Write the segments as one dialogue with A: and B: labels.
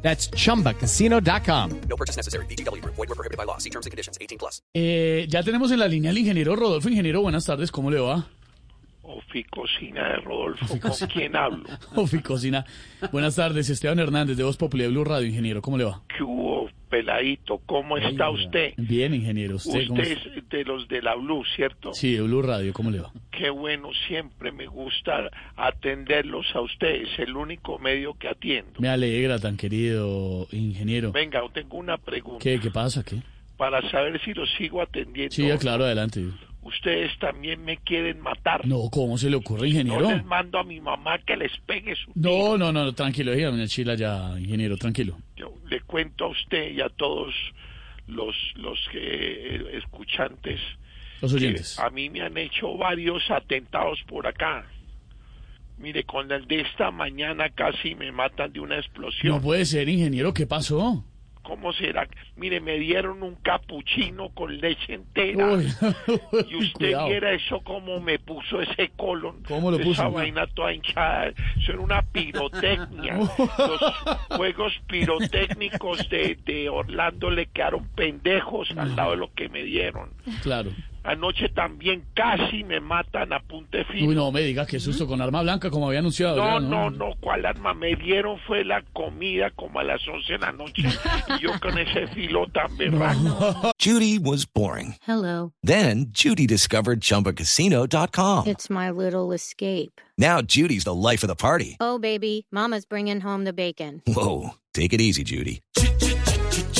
A: That's chumbacasino.com.
B: No purchase necessary. BGW. Void were prohibited by law. See terms and conditions. 18 plus.
C: Eh, ya tenemos en la línea al ingeniero Rodolfo. Ingeniero, buenas tardes, ¿cómo le va?
D: Oficina de Rodolfo, ¿con quién hablo?
C: Ofi Cocina. Buenas tardes, Esteban Hernández de Voz Popular Blue Radio, ingeniero, ¿cómo le va?
D: ¿Qué hubo, peladito? ¿Cómo está usted?
C: Bien, ingeniero, ¿usted cómo
D: Usted
C: está?
D: es de los de la Blue, ¿cierto?
C: Sí, de Blue Radio, ¿cómo le va?
D: Qué bueno, siempre me gusta atenderlos a ustedes, el único medio que atiendo.
C: Me alegra tan querido ingeniero.
D: Venga, yo tengo una pregunta
C: ¿Qué, qué pasa? ¿Qué?
D: para saber si los sigo atendiendo.
C: Sí, claro, adelante.
D: Ustedes también me quieren matar.
C: No, ¿cómo se le ocurre,
D: No
C: ingeniero?
D: les mando a mi mamá que les pegue su
C: No, no, no, tranquilo, dígame una chila ya, ingeniero, tranquilo.
D: Yo le cuento a usted y a todos los, los que, eh, escuchantes
C: Los
D: que
C: oyentes.
D: a mí me han hecho varios atentados por acá. Mire, con el de esta mañana casi me matan de una
C: No pues-
D: explosión.
C: puede ser, ingeniero, ¿qué pasó?
D: ¿Cómo será? Mire, me dieron un capuchino con leche entera.
C: Uy,
D: y usted
C: cuidado.
D: viera eso como me puso ese colon.
C: ¿Cómo lo puso?
D: Esa vaina toda hinchada. Eso era una pirotecnia. Los juegos pirotécnicos de, de Orlando le quedaron pendejos al lado de lo que me dieron.
C: Claro.
D: Anoche también casi me matan a punte
C: Uy,
D: fino.
C: no me digas que susto con arma blanca, como había anunciado.
D: No,
C: ¿verdad?
D: no, no, cuál arma me dieron fue la comida como a las 11 de la noche y yo con ese filo tan berraco.
E: Judy was boring.
F: Hello,
E: Then Judy discovered ChumbaCasino.com.
F: it's my little escape.
E: Now Judy's the life of the party.
F: Oh, baby, Mama's bringing home the bacon.
E: Whoa, take it easy, Judy.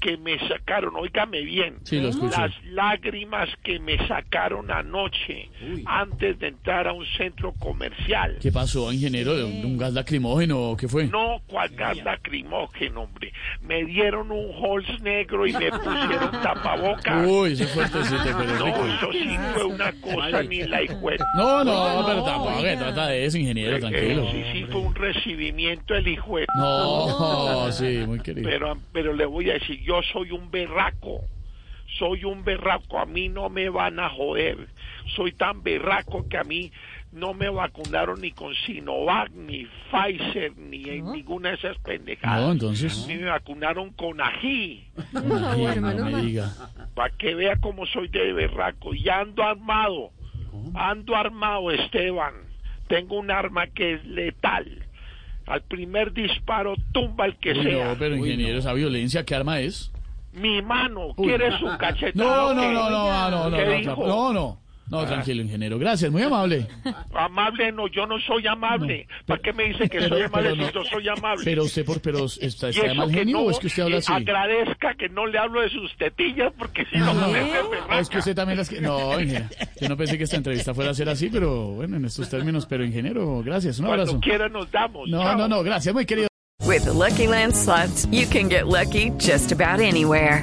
D: que me sacaron, óigame bien,
C: Sí, lo escucho.
D: las lágrimas que me sacaron anoche antes de entrar a un centro comercial.
C: ¿Qué pasó, ingeniero? ¿De un, de un gas lacrimógeno o qué fue?
D: No, cual gas lacrimógeno, hombre. Me dieron un holz negro y me pusieron tapabocas.
C: Uy, ese fuertecito, pero
D: No,
C: rico.
D: Ah, eso sí fue una cosa ni la hijueta.
C: No, no, pero tampoco que trata de eso, ingeniero, tranquilo.
D: Eh, sí, sí fue un recibimiento el hijueta.
C: No, sí, muy querido.
D: Pero, pero le voy a decir, yo soy un berraco. Soy un berraco, a mí no me van a joder. Soy tan berraco que a mí no me vacunaron ni con Sinovac, ni Pfizer, ni en ninguna de esas pendejadas.
C: No, entonces.
D: Ni me vacunaron con ají.
C: Ay, no me diga.
D: Para que vea cómo soy de berraco. Y ando armado. Ando armado, Esteban. Tengo un arma que es letal. Al primer disparo tumba el que
C: Uy,
D: sea. Ah,
C: no, pero ingeniero, esa violencia, ¿qué arma es?
D: Mi mano, ¿quiere su
C: No,
D: cachetado?
C: no,
D: que-
C: no, no, ah, no, no,
D: ¿Qué
C: no,
D: dijo? Ah.
C: tra- no, no. No, tranquilo, ingeniero. Gracias, muy amable.
D: Amable no, yo no soy amable. ¿Para qué me dice que soy
C: pero-
D: amable
C: pero no.
D: si yo soy amable?
C: Pero usted, por, pero está,
D: Y
C: está de
D: eso
C: mal
D: que
C: genio
D: no,
C: o es que usted habla
D: eh,
C: así.
D: Agradezca que no le hablo de sus tetillas porque si no, me hace berraca.
C: Es que usted también las que... No, ingeniero. Yo no pensé que esta entrevista fuera a ser así, pero bueno, en estos términos. Pero, ingeniero, gracias. Un
D: Cuando
C: abrazo.
D: quiera nos damos.
C: No,
D: Chao.
C: no, no, gracias, muy querido.
G: With the Lucky Land slots, you can get lucky just about anywhere.